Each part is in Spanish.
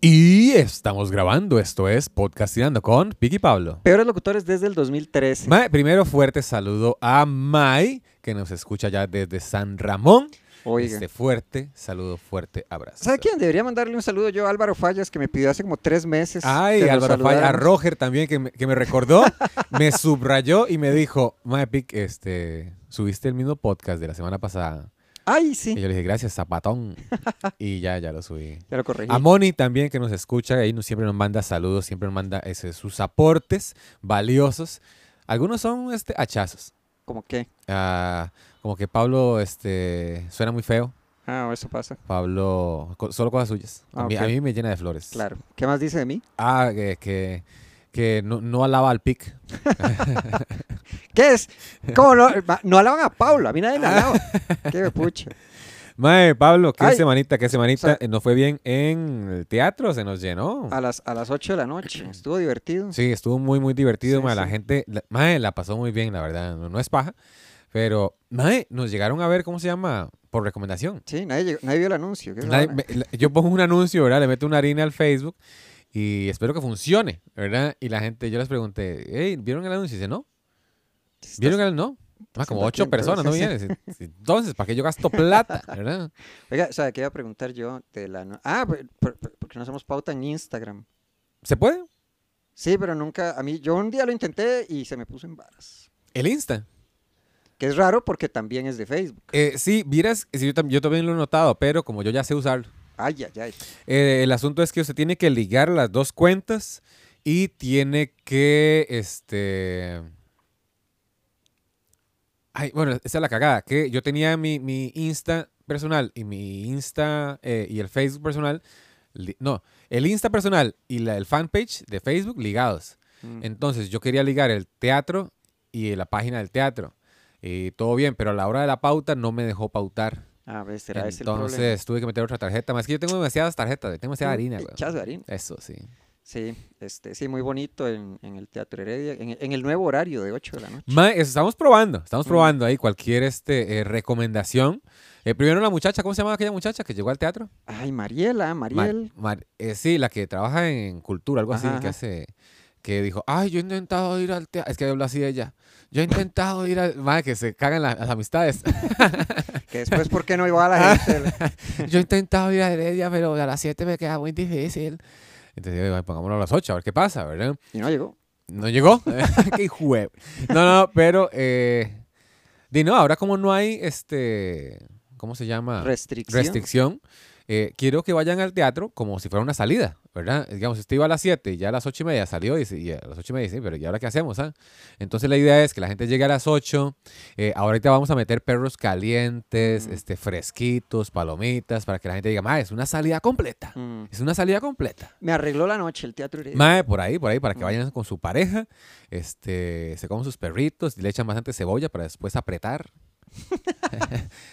Y estamos grabando, esto es Podcastinando con Piki Pablo. Peores locutores desde el 2013. Mae, primero fuerte saludo a Mai, que nos escucha ya desde San Ramón. Oiga. Este fuerte saludo, fuerte abrazo. ¿Sabe quién? Debería mandarle un saludo yo, Álvaro Fallas, que me pidió hace como tres meses. Ay, que lo Álvaro Falla, a saludáramos. Roger también, que me, que me recordó, me subrayó y me dijo, Mae Pic, este, subiste el mismo podcast de la semana pasada. Ay, Y sí. yo le dije, gracias, zapatón. Y ya, ya lo subí. Ya lo corregí. A Moni también que nos escucha, ahí nos- siempre nos manda saludos, siempre nos manda ese, sus aportes valiosos. Algunos son este, hachazos. ¿Cómo qué? Ah, como que Pablo este, suena muy feo. Ah, eso pasa. Pablo, co- solo cosas suyas. A, Ah, mí, a ok. mí me llena de flores. Claro. ¿Qué más dice de mí? Ah, que, que, que no, no alaba al pic. ¿Qué es? ¿Cómo no? Ma- No alaban a Pablo, a mí nadie me alaba. Qué pucha. Mae, Pablo, qué Ay. semanita, qué semanita. O sea- Eh, nos fue bien en el teatro, se nos llenó. A las, a las 8 de la noche. Estuvo divertido. Sí, estuvo muy, muy divertido, Sí, mae. La sí. gente, la, mae, la pasó muy bien, la verdad. No, no es paja. Pero, mae, nos llegaron a ver, ¿cómo se llama? Por recomendación. Sí, nadie, llegó- nadie vio el anuncio. ¿qué es la Nadie- vara? me- la- yo pongo un anuncio, ¿verdad? Le meto una harina al Facebook y espero que funcione, ¿verdad? Y la gente, yo les pregunté, hey, ¿vieron el anuncio? Y dice, no. Estás- ¿Vieron el no? Más estás como haciendo ocho tiempo, personas, ¿no sí, sí. vienen? Sí, sí. Entonces, ¿para qué yo gasto plata? ¿Verdad? Oiga, o sea, ¿qué iba a preguntar yo de la... no- Ah, por- por- por- porque no hacemos pauta en Instagram. ¿Se puede? Sí, pero nunca... A mí, yo un día lo intenté y se me puso en varas. El Insta. Que es raro porque también es de Facebook. Eh, sí, vieras, sí, yo, tam- yo también lo he notado, pero como yo ya sé usarlo. Ay, ay, ay. Eh, el asunto es que usted tiene que ligar las dos cuentas y tiene que, este... Ay, bueno, esa es la cagada, que yo tenía mi, mi Insta personal y mi Insta eh, y el Facebook personal, li- no, el Insta personal y la, el fanpage de Facebook ligados. Mm. Entonces yo quería ligar el teatro y la página del teatro. Y todo bien, pero a la hora de la pauta no me dejó pautar. A ver, será ese el problema. Mm, Entonces tuve que meter otra tarjeta. Más que yo tengo demasiadas tarjetas, tengo demasiada Un harina, güey. pichazo de harina. Eso, sí. Sí, este, sí, muy bonito en, en el Teatro Heredia, en, en el nuevo horario de 8 de la noche. Ma, eso estamos probando, estamos Mm. probando ahí cualquier este, eh, recomendación. Eh, primero la muchacha, ¿cómo se llamaba aquella muchacha que llegó al teatro? Ay, Mariela, Mar- Mariel. Mar- eh, sí, la que trabaja en cultura, algo así, Ajá, que ajá. hace, que dijo, ay, yo he intentado ir al teatro, es que habló así ella, yo he intentado ir al, madre, que se cagan la- las amistades. Que después, ¿por qué no iba a la gente? Ah. Yo he intentado ir a Heredia, pero a las 7 me queda muy difícil. Entonces yo digo, "Ay, pongámoslo a las 8, a ver qué pasa, ¿verdad? Y no llegó. No llegó. qué hijo de- No, no, pero. Eh, di, no, ahora como no hay este. ¿Cómo se llama? Restricción. Restricción. eh, quiero que vayan al teatro como si fuera una salida, ¿verdad? Digamos, usted iba a las 7 y ya a las 8 y media salió y, se- y a las 8 y media dice, pero ¿y ahora qué hacemos? ah?" Entonces la idea es que la gente llegue a las 8. eh, ahorita vamos a meter perros calientes, Mm. este, fresquitos, palomitas, para que la gente diga, ma, es una salida completa. Mm. Es una salida completa. Me arregló la noche el Teatro Heredia. Mae, por ahí, por ahí, para que Mm. vayan con su pareja, este, se coman sus perritos, y le echan bastante cebolla para después apretar.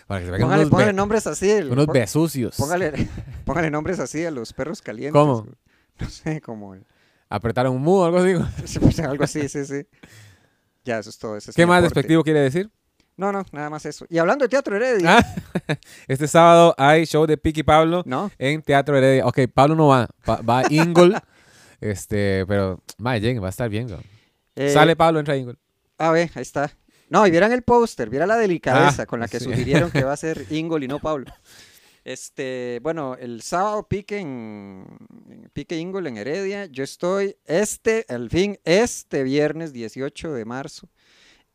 para que se peguen póngale, unos, póngale be- nombres así. el- unos pó- besucios. póngale, póngale nombres así a los perros calientes. ¿Cómo? güey. No sé, como el- Apretar un mudo, algo así. algo así, sí, sí. Ya, eso es todo. ese es ¿Qué mi más aporte. despectivo quiere decir? No, no, nada más eso. Y hablando de Teatro Heredia, Ah, este sábado hay show de Piki Pablo ¿no? en Teatro Heredia. Ok, Pablo no va, pa- va Ingol. este, pero, mae, lleguen, va a estar bien. güey. Eh, Sale Pablo, entra Ingol. A ver, ahí está. No, y vieran el póster, viera la delicadeza Ah, con la que sí. sugirieron que va a ser Ingol y no Pablo. Este, bueno, el sábado pique en en- pique Ingol en Heredia. Yo estoy este, al fin, este viernes 18 de marzo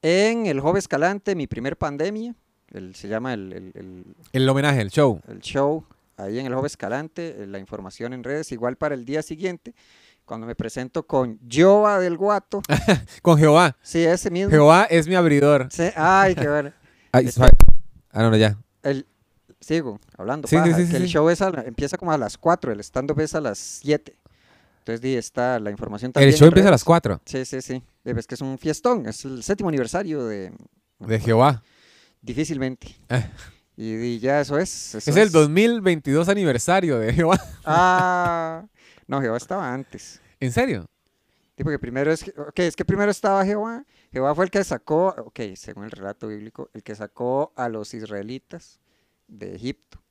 en el Joven Escalante, mi primer pandemia. El, se llama el, el- el- El homenaje, el show. el show ahí en el Joven Escalante. eh, La información en redes, igual para el día siguiente, cuando me presento con Jova del Guato. Ah. Con Jehová. Sí, ese mismo. Jehová es mi abridor. Sí, ay, qué bueno. Ay, Este- suave. Ah, no, no, ya. El, sigo hablando. Sí, sí, paja, sí, sí, que el sí. show es a la- empieza como a las 4, el stand-up es a las 7. Entonces di, está la información también. El show en empieza a redes. las 4 Sí, sí, sí. Eh, Es que es un fiestón, es el séptimo aniversario de... de Jehová. Difícilmente. Ah. Y, di, ya eso es. eso Es el 2022 aniversario de Jehová. Ah, no, Jehová estaba antes. ¿En serio? Sí, porque primero es, que- ok, es que primero estaba Jehová. Jehová fue el que sacó, ok, según el relato bíblico, el que sacó a los israelitas de Egipto.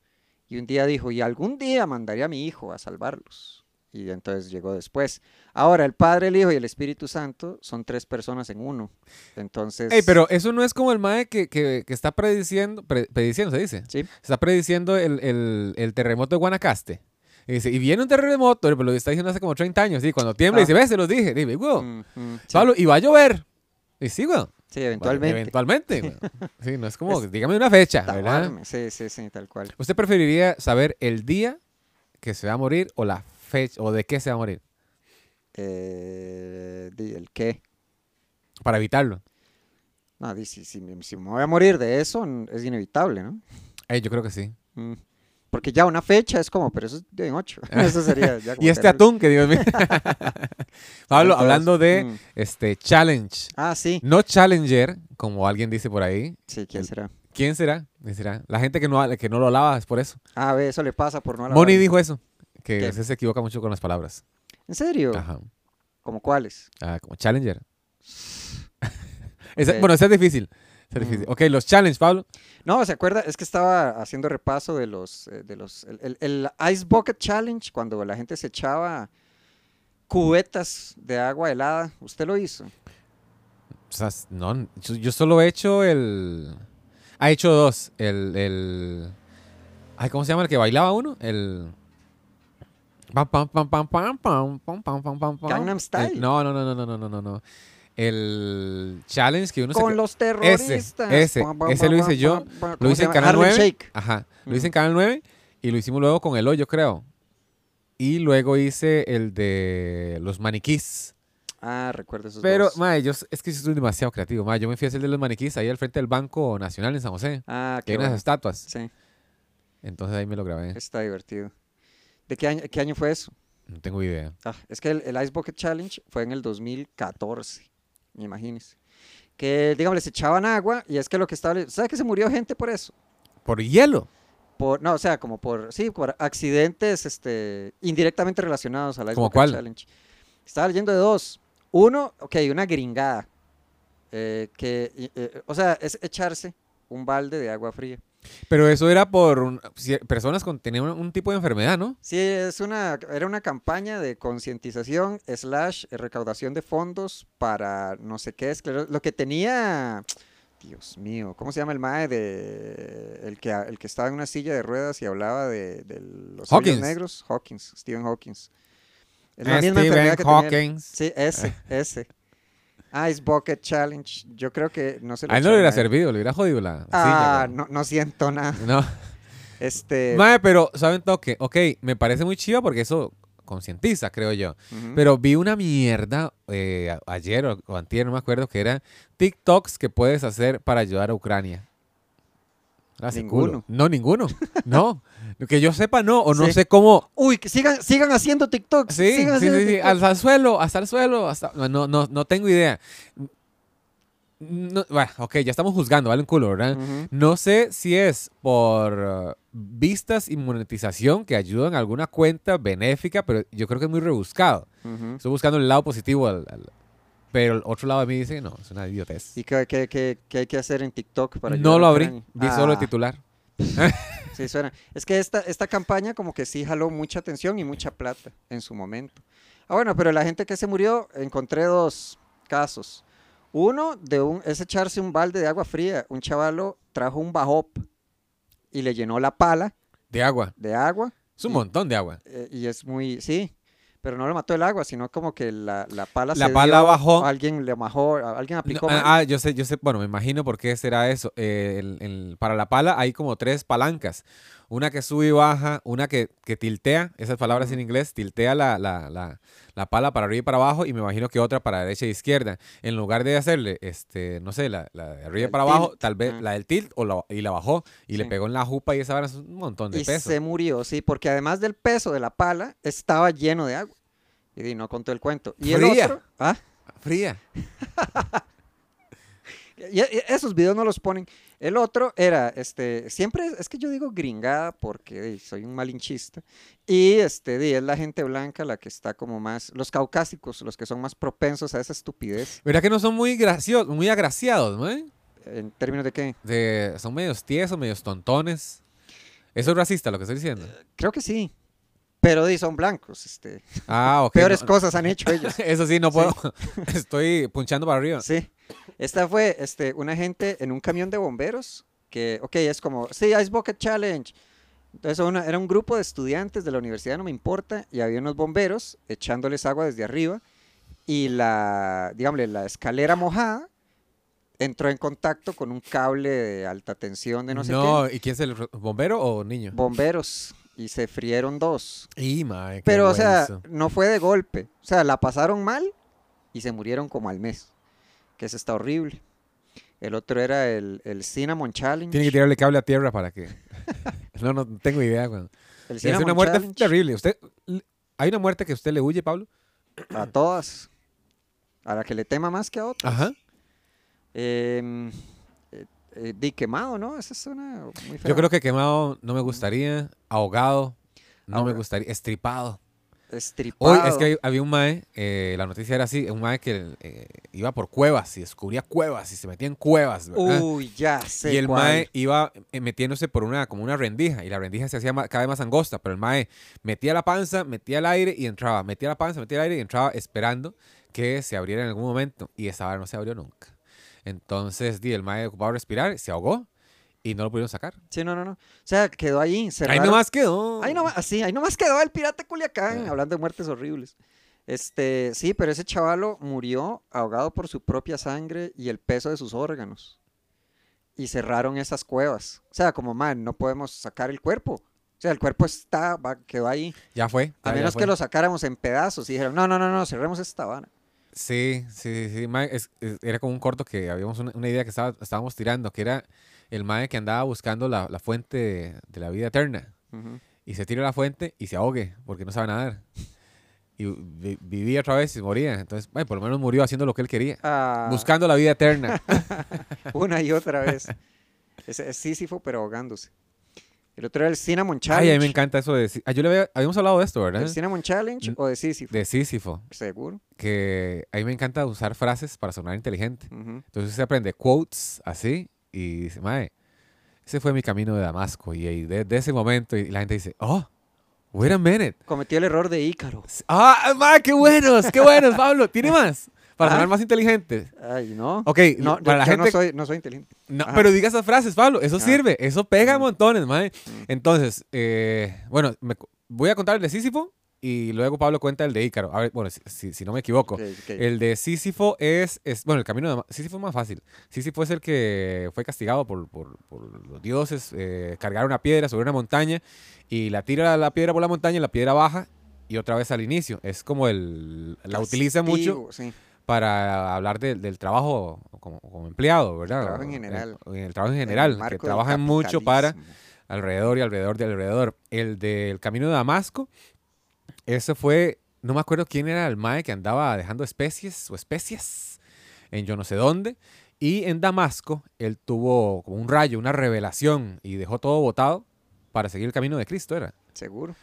Y un día dijo, y algún día mandaré a mi hijo a salvarlos. y entonces llegó después. Ahora, el Padre, el Hijo y el Espíritu Santo son tres personas en uno. Entonces, Ey, pero eso no es como el mae que, que- que está prediciendo, pre- prediciendo, se dice. Sí. Está prediciendo el, el- el terremoto de Guanacaste. Y dice, y viene un terremoto, pero lo está diciendo hace como 30 años. Y cuando tiembla, Ah. dice, ve, se los dije. Dime, güey, mm, mm, sí, Pablo, y va a llover. Y sí, güey. sí, eventualmente. eventualmente, güey. Sí, no es como, dígame una fecha, Ta- ¿verdad? arme, Sí, sí, sí, tal cual. ¿Usted preferiría saber el día que se va a morir o la fecha o de qué se va a morir? Eh, di, ¿El qué? Para evitarlo. No, di, si, si me si me voy a morir de eso, n- es inevitable, ¿no? Eh, yo creo que sí. Mm, Porque ya una fecha es como, pero eso es de en ocho. eso sería ya como Y este terrible. atún que Dios mío. Pablo, Entonces, hablando de mm, este challenge. Ah, sí. No challenger, como alguien dice por ahí. Sí, ¿quién el- será? ¿Quién será? ¿Quién será? La gente que no, habla- que no lo alaba es por eso. Ah, ve, eso le pasa por no alabar. Moni dijo eso, que ¿Qué? a veces se equivoca mucho con las palabras. ¿En serio? Ajá. ¿Como cuáles? Ah, como challenger. Esa- Ok. Bueno, ese es difícil. Ese es difícil. Mm. Ok, los challenge, Pablo. No, ¿se acuerda? Es que estaba haciendo repaso de los, eh, de los, el, el- el Ice Bucket Challenge, cuando la gente se echaba cubetas de agua helada. ¿Usted lo hizo? O sea, s- no, yo, yo solo he hecho el... Ha hecho dos. El, el... Ay, ¿cómo se llama el que bailaba uno? El... Pam, pam, pam, pam, pam, pam, pam, pam, pam, pam, pam. Gangnam El- Style. no, no, no, no, no, no, no, no, no. El challenge que uno se... Con que- los terroristas. ese, Pa, pa, ese pa, lo hice pa, yo, pa, pa. Lo ¿Cómo hice se en llama? Canal Harlem 9. Shake. Ajá. Lo hice Ujú. en Canal 9 y lo hicimos luego con El Hoyo, creo. Y luego hice el de los maniquís. Ah, recuerdo esos Pero, dos. mae, yo, s- es que yo soy demasiado creativo. Mae, yo me fui a hacer el de los maniquís ahí al frente del Banco Nacional en San José. Ah, Que qué hay unas bueno. estatuas. Sí, Entonces ahí me lo grabé. está divertido. ¿De qué año, qué año fue eso? No tengo idea. Ah, es que el, el Ice Bucket Challenge fue en el 2014, imagínense. Que, digamos, les echaban agua y es que lo que estaba... ¿Sabes que se murió gente por eso? Por hielo. Por, no, o sea, como por, sí, por accidentes este, indirectamente relacionados al Ice ¿Cómo Bucket cuál? Challenge. Estaba leyendo de dos. Uno, ok, una gringada. eh, que, y- eh, o sea, es echarse un balde de agua fría. Pero eso era por un- si- personas con tenían un, un tipo de enfermedad, ¿no? Sí, es una, era una campaña de concientización slash recaudación de fondos para no sé qué esclero- Lo que tenía, Dios mío, ¿cómo se llama el mae de el que, el que estaba en una silla de ruedas y hablaba de, de los hoyos Hawkins. negros? Hawkins, Stephen Hawkins. Es la Eh, misma enfermedad Stephen que tenía él. Hawking. Sí, ese, ese. Ice Bucket Challenge. Yo creo que no se lo A él Ah, no echaron le hubiera él. servido, le hubiera jodido la Ah, silla, no, no siento nada. güey. No. Este. Mae, pero saben toque, ok, me parece muy chiva porque eso concientiza, creo yo. ujú. Pero vi una mierda eh, a- ayer o, o antier, no me acuerdo, que era TikToks que puedes hacer para ayudar a Ucrania. Gracias, culo. Ninguno. No, ninguno. No. Que yo sepa, no. O no Sí. sé cómo. Uy, que sigan, sigan haciendo TikTok. Sí, sí, sigan sí, haciendo sí, TikTok. Hasta el suelo, hasta el suelo. Hasta... No, no, no tengo idea. No, bueno, ok, ya estamos juzgando, vale un culo, ¿verdad? Ujú. No sé si es por eh, vistas y monetización que ayudan a alguna cuenta benéfica, pero yo creo que es muy rebuscado. Ujú. Estoy buscando el lado positivo, al- al- pero el otro lado de mí dice, no, es una idiotez. ¿Y qué, qué- qué- qué hay que hacer en TikTok para No ayudar lo a abrí, Ucrania? vi solo el Ah, titular. Sí, suena. Es que esta, esta campaña como que sí jaló mucha atención y mucha plata en su momento. Ah, bueno, pero la gente que se murió, encontré dos casos. Uno de un, es echarse un balde de agua fría. Un chavalo trajo un bajop y le llenó la pala De agua. de agua Es un Y- montón de agua. eh, y es muy, sí, pero no lo mató el agua, sino como que la, la pala La se pala dio, bajó. Alguien le majó, a- alguien No, aplicó. mal. ah, ah, yo sé, yo sé, bueno, me imagino por qué será eso. Eh, el- el- para la pala hay como tres palancas. Una que sube y baja, una que, que tiltea, esas palabras en Ujú. inglés, tiltea la, la- la- la pala para arriba y para abajo y me imagino que otra para derecha e izquierda. En lugar de hacerle, este, no sé, la, la de arriba y El para abajo, tilt, tal vez ah. la del tilt o la- y la bajó y le Sí. pegó en la jupa y esa vara es un montón de y peso. se murió, sí, porque además del peso de la pala, estaba lleno de agua. Y di, no contó el cuento. Y el Fría. otro, ah, Fría. y- y esos videos no los ponen. El otro era, este, siempre es, es que yo digo gringada porque di, soy un malinchista. Y este, di, es la gente blanca la que está como más, los caucásicos, los que son más propensos a esa estupidez. ¿Verdad que no son muy graciosos, muy agraciados, ¿no? eh? ¿En términos de qué? De- son medios tiesos, medios tontones. Eso es racista lo que estoy diciendo. Creo que sí. Pero di, son blancos. Este, Ah, ok. peores no- cosas han hecho ellos. Eso sí, no puedo. Estoy punchando para arriba. Sí. Esta fue este, una gente en un camión de bomberos que, ok, es como, sí, Ice Bucket Challenge. Entonces una- era un grupo de estudiantes de la universidad, no me importa, y había unos bomberos echándoles agua desde arriba y la, digámosle, la escalera mojada entró en contacto con un cable de alta tensión de no sé No, ¿y quién es el re- bombero o niño? qué. Bomberos. Y se frieron dos. y, mae, qué Pero, o sea, hueso. no fue de golpe. O sea, la pasaron mal y se murieron como al mes. Que eso está horrible. El otro era el, el Cinnamon Challenge. Tiene que tirarle cable a tierra para que. no, no tengo idea, weón. el Es Cinnamon una muerte Challenge terrible. Usted, ¿Hay una muerte que usted le huye, Pablo? A todas. A la que le tema más que a otra. Ajá. Em, eh, eh, di quemado, ¿no? Esa es una muy fea. Yo creo que quemado no me gustaría. Ahogado no me Ahogado. gustaría. Estripado. Hoy Estripado. es que hay- había un mae, eh, la noticia era así, un mae que eh, iba por cuevas y descubría cuevas y se metía en cuevas, ¿verdad? Uy, ya sé y el cuál. mae iba eh, metiéndose por una como una rendija y la rendija se hacía ma- cada vez más angosta, pero el mae metía la panza, metía el aire y entraba, metía la panza, metía el aire y entraba esperando que se abriera en algún momento y esa vara no se abrió nunca. Entonces, di, el mae ocupaba respirar, se ahogó y no lo pudieron sacar. Sí, no, no, no. O sea, quedó ahí encerrado. Ahí nomás quedó. Ahí nomás, ah, sí, ahí nomás quedó el pirata Culiacán, Ah. hablando de muertes horribles. Este, sí, pero ese chavalo murió ahogado por su propia sangre y el peso de sus órganos. Y cerraron esas cuevas. O sea, como man, no podemos sacar el cuerpo. O sea, el cuerpo está, va- quedó ahí. Ya fue. A ya- ya menos fue. que lo sacáramos en pedazos y dijeron, no, no, no, no, cerremos esta vara. Sí, sí, sí. sí, mae, es- es- era como un corto que habíamos una, una idea que estaba- estábamos tirando, que era el mae que andaba buscando la, la fuente de, de la vida eterna. Ujú. Y se tira a la fuente y se ahogue porque no sabe nadar. Y vi- vivía otra vez y moría. Entonces, mae, por lo menos murió haciendo lo que él quería. Ah, Buscando la vida eterna. Una y otra vez. Ese eh, es Sísifo, pero ahogándose. El otro era el Cinnamon Challenge. Ay, a mí me encanta eso de... Cí- Ah, yo le había- habíamos hablado de esto, ¿verdad? ¿El Cinnamon Challenge N- o de Sísifo? De Sísifo. Seguro. Que a mí me encanta usar frases para sonar inteligente. Ujú. Entonces se aprende quotes así y dice, mae, ese fue mi camino de Damasco. Y ahí desde ese momento y la gente dice, oh, wait a minute. Cometió el error de Ícaro. S- Ah, mae, qué buenos, qué buenos, Pablo. ¿Tiene más? Para Ah. sonar más inteligentes. Ay, no. Ok, no, yo, para la yo gente... no, soy, no soy inteligente. no, ajá. pero diga esas frases, Pablo. Eso Ah. sirve. Eso pega Mm. montones, mae. Mm. Entonces, eh, bueno, me cu- voy a contar el de Sísifo y luego Pablo cuenta el de Ícaro. A ver, bueno, si- si, si no me equivoco. Ok, ok. El de Sísifo es, es- bueno, el camino de Ma- Sísifo es más fácil. Sísifo es el que fue castigado por, por- por los dioses, eh, cargar una piedra sobre una montaña y la tira la piedra por la montaña y la piedra baja y otra vez al inicio. Es como el, la utiliza mucho Castigo, sí. para hablar de- del trabajo como, como empleado, ¿verdad? trabajo en O- general. En, el trabajo en el general, que marco del trabajan mucho para capitalismo. alrededor y alrededor de alrededor. El del camino de Damasco, ese fue, no me acuerdo quién era el mae que andaba dejando especies o especies en yo no sé dónde. Y en Damasco, él tuvo como un rayo, una revelación y dejó todo botado para seguir el camino de Cristo, era. Seguro.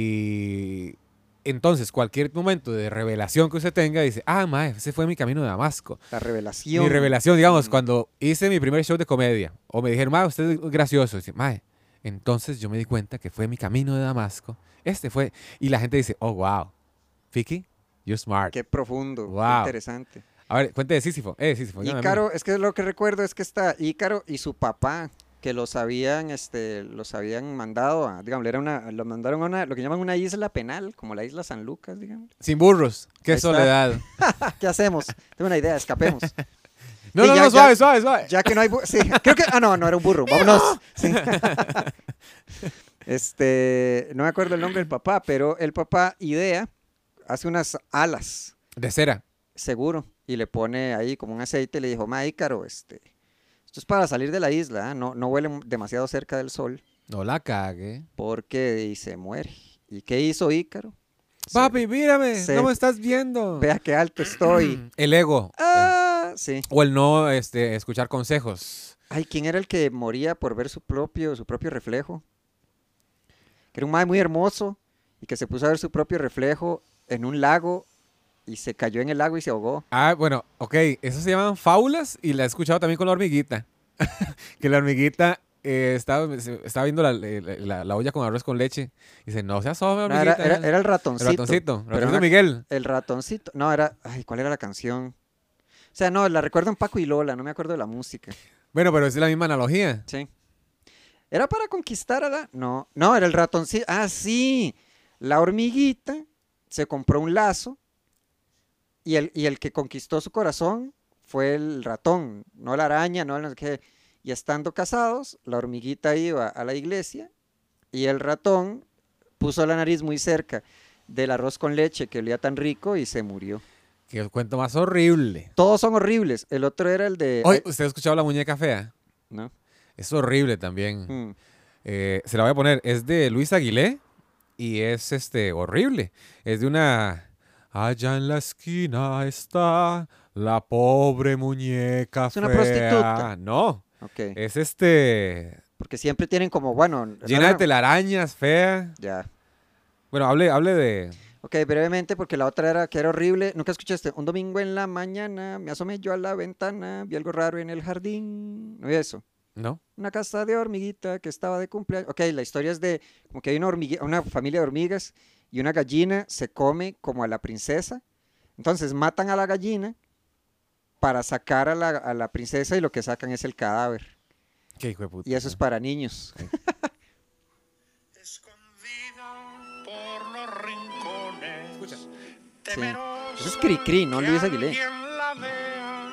Y entonces, cualquier momento de revelación que usted tenga, dice, ah, mae, ese fue mi camino de Damasco. La revelación. Mi revelación, digamos, Mm. cuando hice mi primer show de comedia, o me dijeron, mae, usted es gracioso. Y dice, mae, entonces yo me di cuenta que fue mi camino de Damasco. Este fue. Y la gente dice, oh, wow. Fiki, you're smart. Qué profundo. qué Wow. interesante. A ver, cuente de Sísifo. Eh, Sísifo. dígame a mí. Ícaro, es que lo que recuerdo es que está Ícaro y su papá, que los habían, este, los habían mandado a, digamos, era una, los mandaron a una, lo que llaman una isla penal, como la isla San Lucas, digamos. Sin burros. Qué Ahí está. soledad. ¿Qué hacemos? Tengo una idea, escapemos. No, Sí, no, ya- no, ya- suave, suave, suave. Ya que no hay bu- sí, creo que ah no, no era un burro, vámonos. Sí. Este, no me acuerdo el nombre del papá, pero el papá idea hace unas alas, De cera. seguro, y le pone ahí como un aceite y le dijo, "Ma Ícaro, este, esto es para salir de la isla, ¿ah? no no huelen demasiado cerca del sol No la cague. porque y se muere." ¿Y qué hizo Ícaro? Se- Papi, mírame. se- No me estás viendo. Mm, Vea qué alto estoy. El ego. Ah, sí. O el no este, escuchar consejos. Ay, ¿quién era el que moría por ver su propio, su propio reflejo? Que era un mae muy hermoso y que se puso a ver su propio reflejo en un lago y se cayó en el lago y se ahogó. Ah, bueno, ok, eso se llaman fábulas y la he escuchado también con la hormiguita. que la hormiguita eh, estaba, estaba viendo la, la- la- la olla con arroz con leche. Dice, no seas asome, No, era, hormiguita. era- era el el ratoncito. ratoncito, pero ratoncito una- Miguel. El ratoncito. No, era. Ay, ¿cuál era la canción? O sea, no, la recuerdo en Paco y Lola, no me acuerdo de la música. Bueno, pero es la misma analogía. Sí. ¿Era para conquistar a la.? No, no, era el ratoncito. Ah, sí. La hormiguita se compró un lazo y el, y el que conquistó su corazón fue el ratón, no la araña, no el no sé qué. Y estando casados, la hormiguita iba a la iglesia y el ratón puso la nariz muy cerca del arroz con leche que olía tan rico y se murió. Que el cuento más horrible. Todos son horribles. El otro era el de. Hoy, ¿usted ha escuchado la muñeca fea? Eh, ¿no? Es horrible también. Mm. Eh, se la voy a poner. Es de Luis Aguilé y es este horrible. Es de una. Allá en la esquina está la pobre muñeca. Es una fea". prostituta. No, Ok. es este. Porque siempre tienen como, bueno. no Llena de era- telarañas, fea. Ya. Bueno, hable, hable de. Ok, brevemente, porque la otra era que era horrible. Nunca escuchaste. Un domingo en la mañana me asomé yo a la ventana, vi algo raro en el jardín. No vi eso. ¿No? Una casa de hormiguita que estaba de cumpleaños. Ok, la historia es de como que hay una, hormigue- una familia de hormigas y una gallina se come como a la princesa. Entonces matan a la gallina para sacar a la, a la princesa y lo que sacan es el cadáver. Qué hijo de puta. Y eso es para niños. Escondida por los rincones. Escucha. Eso es cri-cri, ¿no, Luis Aguilé? Quien la vea,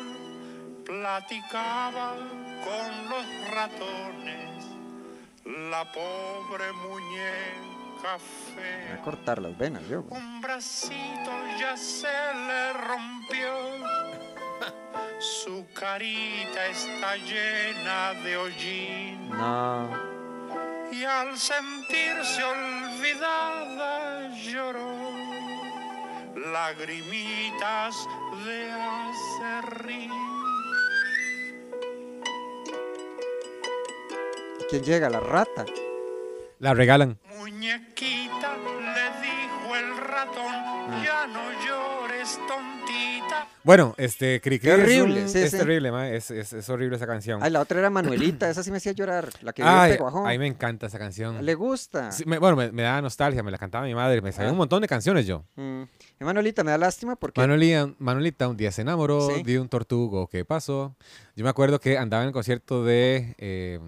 platicaba con los ratones. La pobre muñeca Me va fea. a cortar las venas, yo. Un bracito ya se le rompió. Su carita está llena de hollín. No. y al sentirse olvidada lloró. Lagrimitas de acerrín. ¿Y quién llega? La rata. La regalan. Muñequita, le dijo el ratón, ya no llores, tontita. Bueno, este, Cri Cri Qué es horrible, un- sí, es sí. terrible, ma, Es, es- es horrible esa canción. Ay, la otra era Manuelita, esa sí me hacía llorar, la que vive Ay, este guajón. a mí me encanta esa canción. Le gusta. Sí, me- bueno, me, me daba nostalgia, me la cantaba mi madre, me sabía Ah. un montón de canciones yo. Mm. Y Manuelita me da lástima porque Manolita, ah, Manolita un día se enamoró Sí. de un tortugo, ¿qué pasó? Yo me acuerdo que andaba en el concierto de... eh,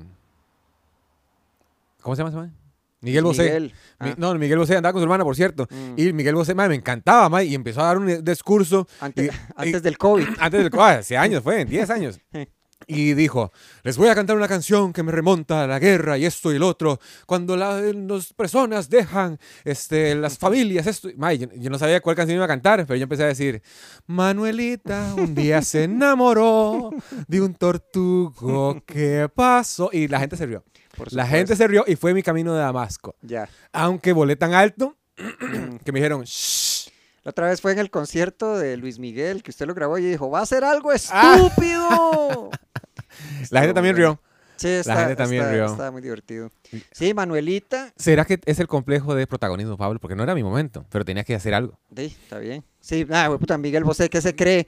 ¿Cómo se llama ese man? Miguel Bosé. Miguel. Mi- ah, no, Miguel Bosé andaba con su hermana, por cierto. Mm. Y Miguel Bosé, mae, me encantaba, mae, y empezó a dar un discurso ante- y- antes del COVID. antes del ah, hace años, fue, en 10 años. Sí. Y dijo, les voy a cantar una canción que me remonta a la guerra y esto y el otro. Cuando la- las personas dejan este, las familias, esto. y-". Mae, yo, yo no sabía cuál canción iba a cantar, pero yo empecé a decir, Manuelita un día se enamoró de un tortugo que pasó. Y la gente se rió. por La supuesto. gente se rió y fue mi camino de Damasco. Ya. Aunque volé tan alto Mm. que me dijeron, shh. La otra vez fue en el concierto de Luis Miguel, que usted lo grabó y dijo, va a ser Ah. algo estúpido. La gente también rió. Sí, está, gente también está- rió. está muy divertido. Sí, Manuelita, ¿Será que es el complejo de protagonismo, Pablo? Porque no era mi momento, pero tenía que hacer algo. sí, está bien. Sí, ah, güey, puta, Miguel Bosé, ¿qué se cree?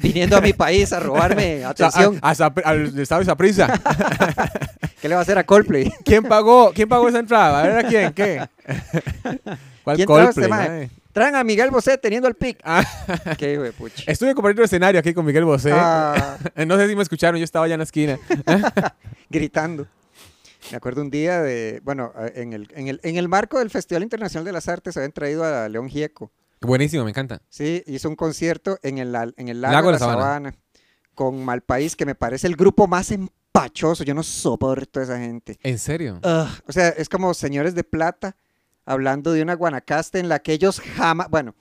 Viniendo a mi país a robarme O sea, ah. atención. a- a Zapri- al estado de prisa. ¿Qué le va a hacer a Coldplay? ¿Quién pagó? ¿Quién pagó esa entrada? ¿A ver a quién? ¿Qué? ¿Cuál ¿Quién trajo este Coldplay, mae? mae? Traen a Miguel Bosé teniendo el pick. Ah. Qué hijo de pucha. Estuve compartiendo escenario aquí con Miguel Bosé. Ah, No sé si me escucharon, yo estaba allá en la esquina. gritando. Me acuerdo un día de, bueno, a- en el, en, el, en el marco del Festival Internacional de las Artes habían traído a León Gieco. Buenísimo, me encanta. Sí, hizo un concierto en el, al- en el lago, de la, sabana. con Malpaís, que me parece el grupo más empachoso. Yo no soporto a esa gente. ¿En serio? Ugh, o sea, es como señores de plata hablando de una guanacaste en la que ellos jamás, bueno,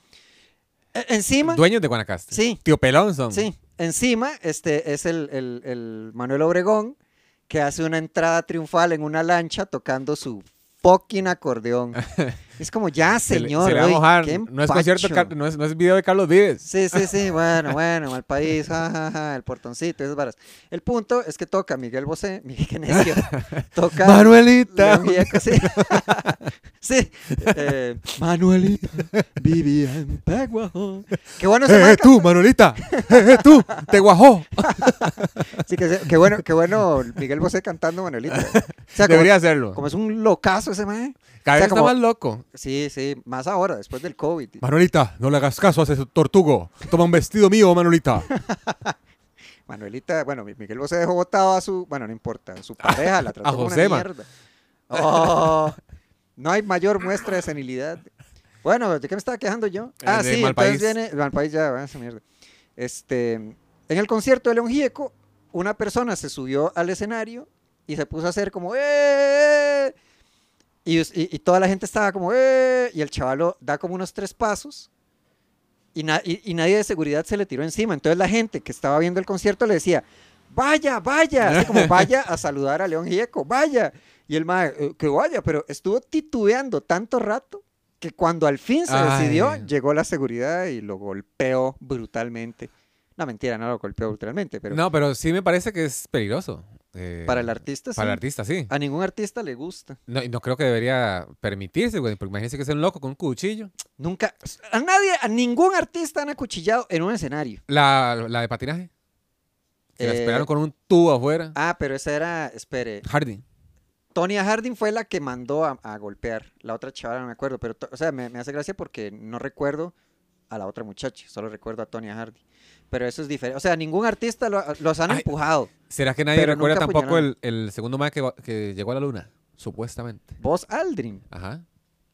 e- encima, Dueños de Guanacaste. sí, Tío Pelón son. Sí, encima este es el, el- el Manuel Obregón que hace una entrada triunfal en una lancha tocando su fucking acordeón. Es como ya, Se le- señor. se le va a uy, mojar. qué No es concierto, de empacho. Car- no es, no es video de Carlos Vives. Sí, sí, sí, bueno, bueno, mal país, ja, ja, ja, el portoncito, esas varas. El punto es que toca Miguel Bosé, Miguel Genesio, toca Manuelita. León Gieco, sí. sí. eh, Manuelita vivía en Peguajó. Qué bueno ese ¡Eh, eh, marca. tú, Manuelita! ¡Eh, eh, tú! ¡Te guajó! Sí, que, se- qué bueno, qué bueno Miguel Bosé cantando Manuelita. O sea, como, Debería hacerlo. como es un locazo ese mae. Cada o sea, vez como- está más loco. Sí, sí, más ahora, después del COVID. Manuelita, no le hagas caso a ese tortugo. Toma un vestido mío, Manuelita. Manuelita, bueno, mi- Miguel Bosé dejó votado a su, bueno, no importa, a su pareja, la trató como una Josema. mierda. Oh, no hay mayor muestra de senilidad. Bueno, ¿de qué me estaba quejando yo? Eh, Ah, de sí, Malpaís. entonces viene, Malpaís ya, va, esa mierda. Este, en el concierto de León Gieco, una persona se subió al escenario y se puso a hacer como, ¡eh! Y, us- y- y toda la gente estaba como, ¡eh! Y el chavalo da como unos tres pasos y, na- y- y nadie de seguridad se le tiró encima. Entonces la gente que estaba viendo el concierto le decía, vaya, vaya, así como vaya a saludar a León Gieco, vaya. Y el mae, "Eh, que vaya, pero estuvo titubeando tanto rato que cuando al fin se decidió, Ay. llegó la seguridad y lo golpeó brutalmente. No, mentira, no lo golpeó brutalmente, pero No, pero sí me parece que es peligroso. eh, para el artista Para el sí. artista, sí. A ningún artista le gusta. No, y no creo que debería permitirse, güey, porque imagínese que es un loco con un cuchillo. Nunca, a nadie, a ningún artista han acuchillado en un escenario. La, la de patinaje. Que la Eh, esperaron con un tubo afuera. Ah, pero esa era, espere, Hardy. Tonya Harding fue la que mandó a, a golpear. La otra chavala no me acuerdo, pero, to- o sea, me, me hace gracia porque no recuerdo a la otra muchacha, solo recuerdo a Tonya Harding. Pero eso es diferente. O sea, ningún artista lo- los han Ay. empujado. ¿Será que nadie Pero recuerda nunca tampoco el, el segundo más que, va- que llegó a la luna? Supuestamente. Vos Aldrin. Ajá.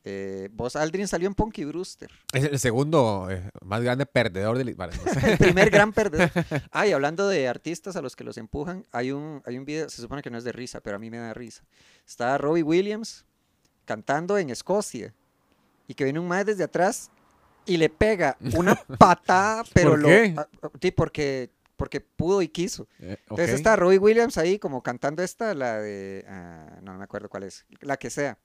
Eh, Buzz Aldrin salió en Punky Brewster. Es el segundo eh, más grande perdedor del. vale, no sé. El primer gran perdedor. Ay, hablando de artistas a los que los empujan, hay un, hay un video, se supone que no es de risa, pero a mí me da risa. Está Robbie Williams cantando en Escocia y que viene un mae desde atrás y le pega una patada, pero ¿Por lo. qué? a- a- sí, porque, porque pudo y quiso. Eh, ok. Entonces está Robbie Williams ahí como cantando esta, la de... ah, no, no me acuerdo cuál es, la que sea.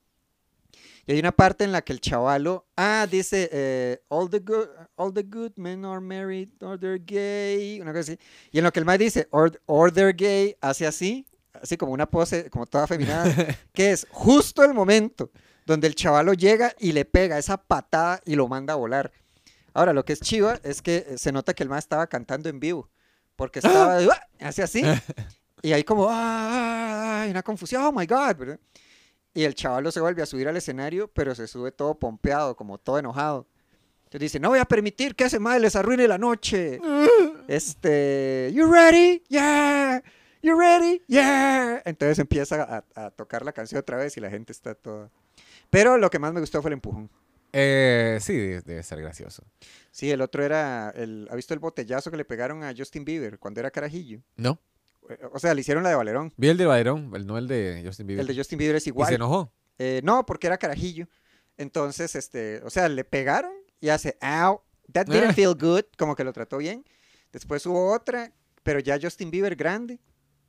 Y hay una parte en la que el chavalo, ah, dice, eh, all, the good, all the good men are married, or they're gay, una cosa así. Y en lo que el mae dice, or, or they're gay, hace así, así como una pose, como toda feminada, que es justo el momento donde el chavalo llega y le pega esa patada y lo manda a volar. Ahora, lo que es chiva es que eh, se nota que el mae estaba cantando en vivo, porque estaba de, "Ah", así, así, y ahí como, ah, ah", y una confusión, oh my god, ¿verdad? Y el chavalo se vuelve a subir al escenario, pero se sube todo pompeado, como todo enojado. Entonces dice, no voy a permitir que ese mae les arruine la noche. este, you ready? Yeah. You ready? Yeah. Entonces empieza a, a tocar la canción otra vez y la gente está toda... Pero lo que más me gustó fue el empujón. Eh, sí, de- debe ser gracioso. Sí, el otro era, el, ¿ha visto el botellazo que le pegaron a Justin Bieber cuando era carajillo? No. O sea, le hicieron la de Valerón. Vi el de Baderón, el no el de Justin Bieber. El de Justin Bieber y es se igual. enojó. Eh, no, porque era carajillo. Entonces, este, o sea, le pegaron y hace, ow, that didn't feel good, como que lo trató bien. Después hubo otra, pero ya Justin Bieber grande,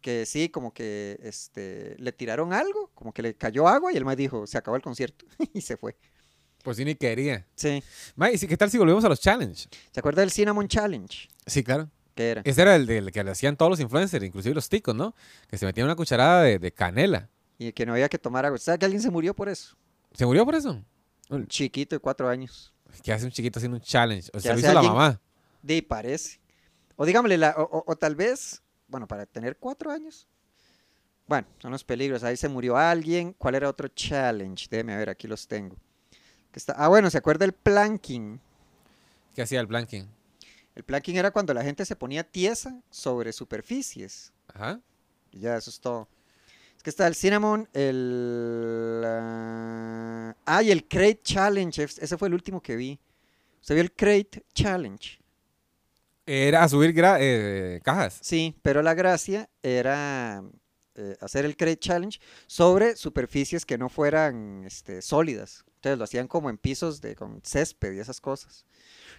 que sí, como que este, le tiraron algo, como que le cayó agua y el más dijo, se acabó el concierto y se fue. Por si Pues ni quería. Sí. Ma, ¿y si- qué tal si volvemos a los challenge? ¿Se acuerda del Cinnamon Challenge? Sí, claro. Que era. Ese era el del que le hacían todos los influencers, inclusive los ticos, ¿no? Que se metían una cucharada de, de canela. Y que no había que tomar agua. ¿Sabes que alguien se murió por eso? ¿Se murió por eso? Un chiquito de cuatro años. ¿Qué hace un chiquito haciendo un challenge? O ¿Qué sea, lo hace hizo la alguien? mamá. De parece. O dígamele, la- o, o- o tal vez, bueno, para tener cuatro años. Bueno, son los peligros. Ahí se murió alguien. ¿Cuál era otro challenge? Déjeme ver, aquí los tengo. Que está- ah, bueno, ¿se acuerda el planking? ¿Qué hacía el planking? El planking era cuando la gente se ponía tiesa sobre superficies. Ajá. Y ya, eso es todo. Es que está el cinnamon, el... ah, ah, y el crate challenge. es- Ese fue el último que vi. ¿Usted vio el crate challenge? Era a subir gra- eh, cajas. Sí, pero la gracia era eh, hacer el Crate Challenge sobre superficies que no fueran este, sólidas. Entonces lo hacían como en pisos de, con césped y esas cosas.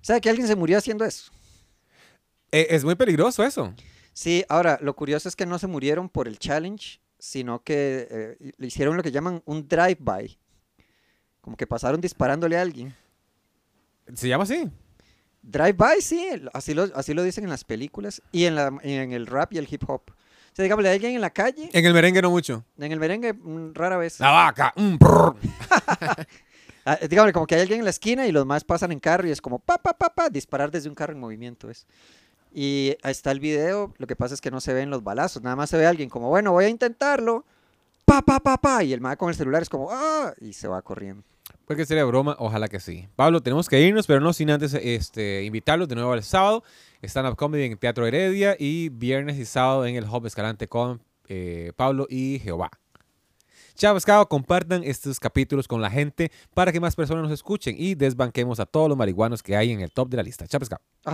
O sea, que alguien se murió haciendo eso. Eh, es muy peligroso eso. Sí, ahora, lo curioso es que no se murieron por el challenge, sino que eh, le hicieron lo que llaman un drive-by. Como que pasaron disparándole a alguien. ¿Se llama así? Drive-by, sí, así lo, así lo dicen en las películas y en, la, y en el rap y el hip hop. O sea, digamos, le da alguien en la calle, En el merengue no mucho. en el merengue mm, rara vez. La vaca. mm, prr. Ah, eh, digamos, como que hay alguien en la esquina y los más pasan en carro y es como pa, pa, pa, pa, disparar desde un carro en movimiento es. Y ahí está el video, lo que pasa es que no se ven los balazos, nada más se ve a alguien como, bueno, voy a intentarlo, pa, pa, pa, pa, y el mae con el celular es como, ah, y se va corriendo. Puede que sería broma, ojalá que sí. Pablo, tenemos que irnos, pero no sin antes este, invitarlos de nuevo al sábado. Stand-up comedy en Teatro Heredia y viernes y sábado en el Hub Escalante con eh, Pablo y Jehová. Chao, pescado, compartan estos capítulos con la gente para que más personas nos escuchen y desbanquemos a todos los marihuanos que hay en el top de la lista. Chao, pescado. Ah,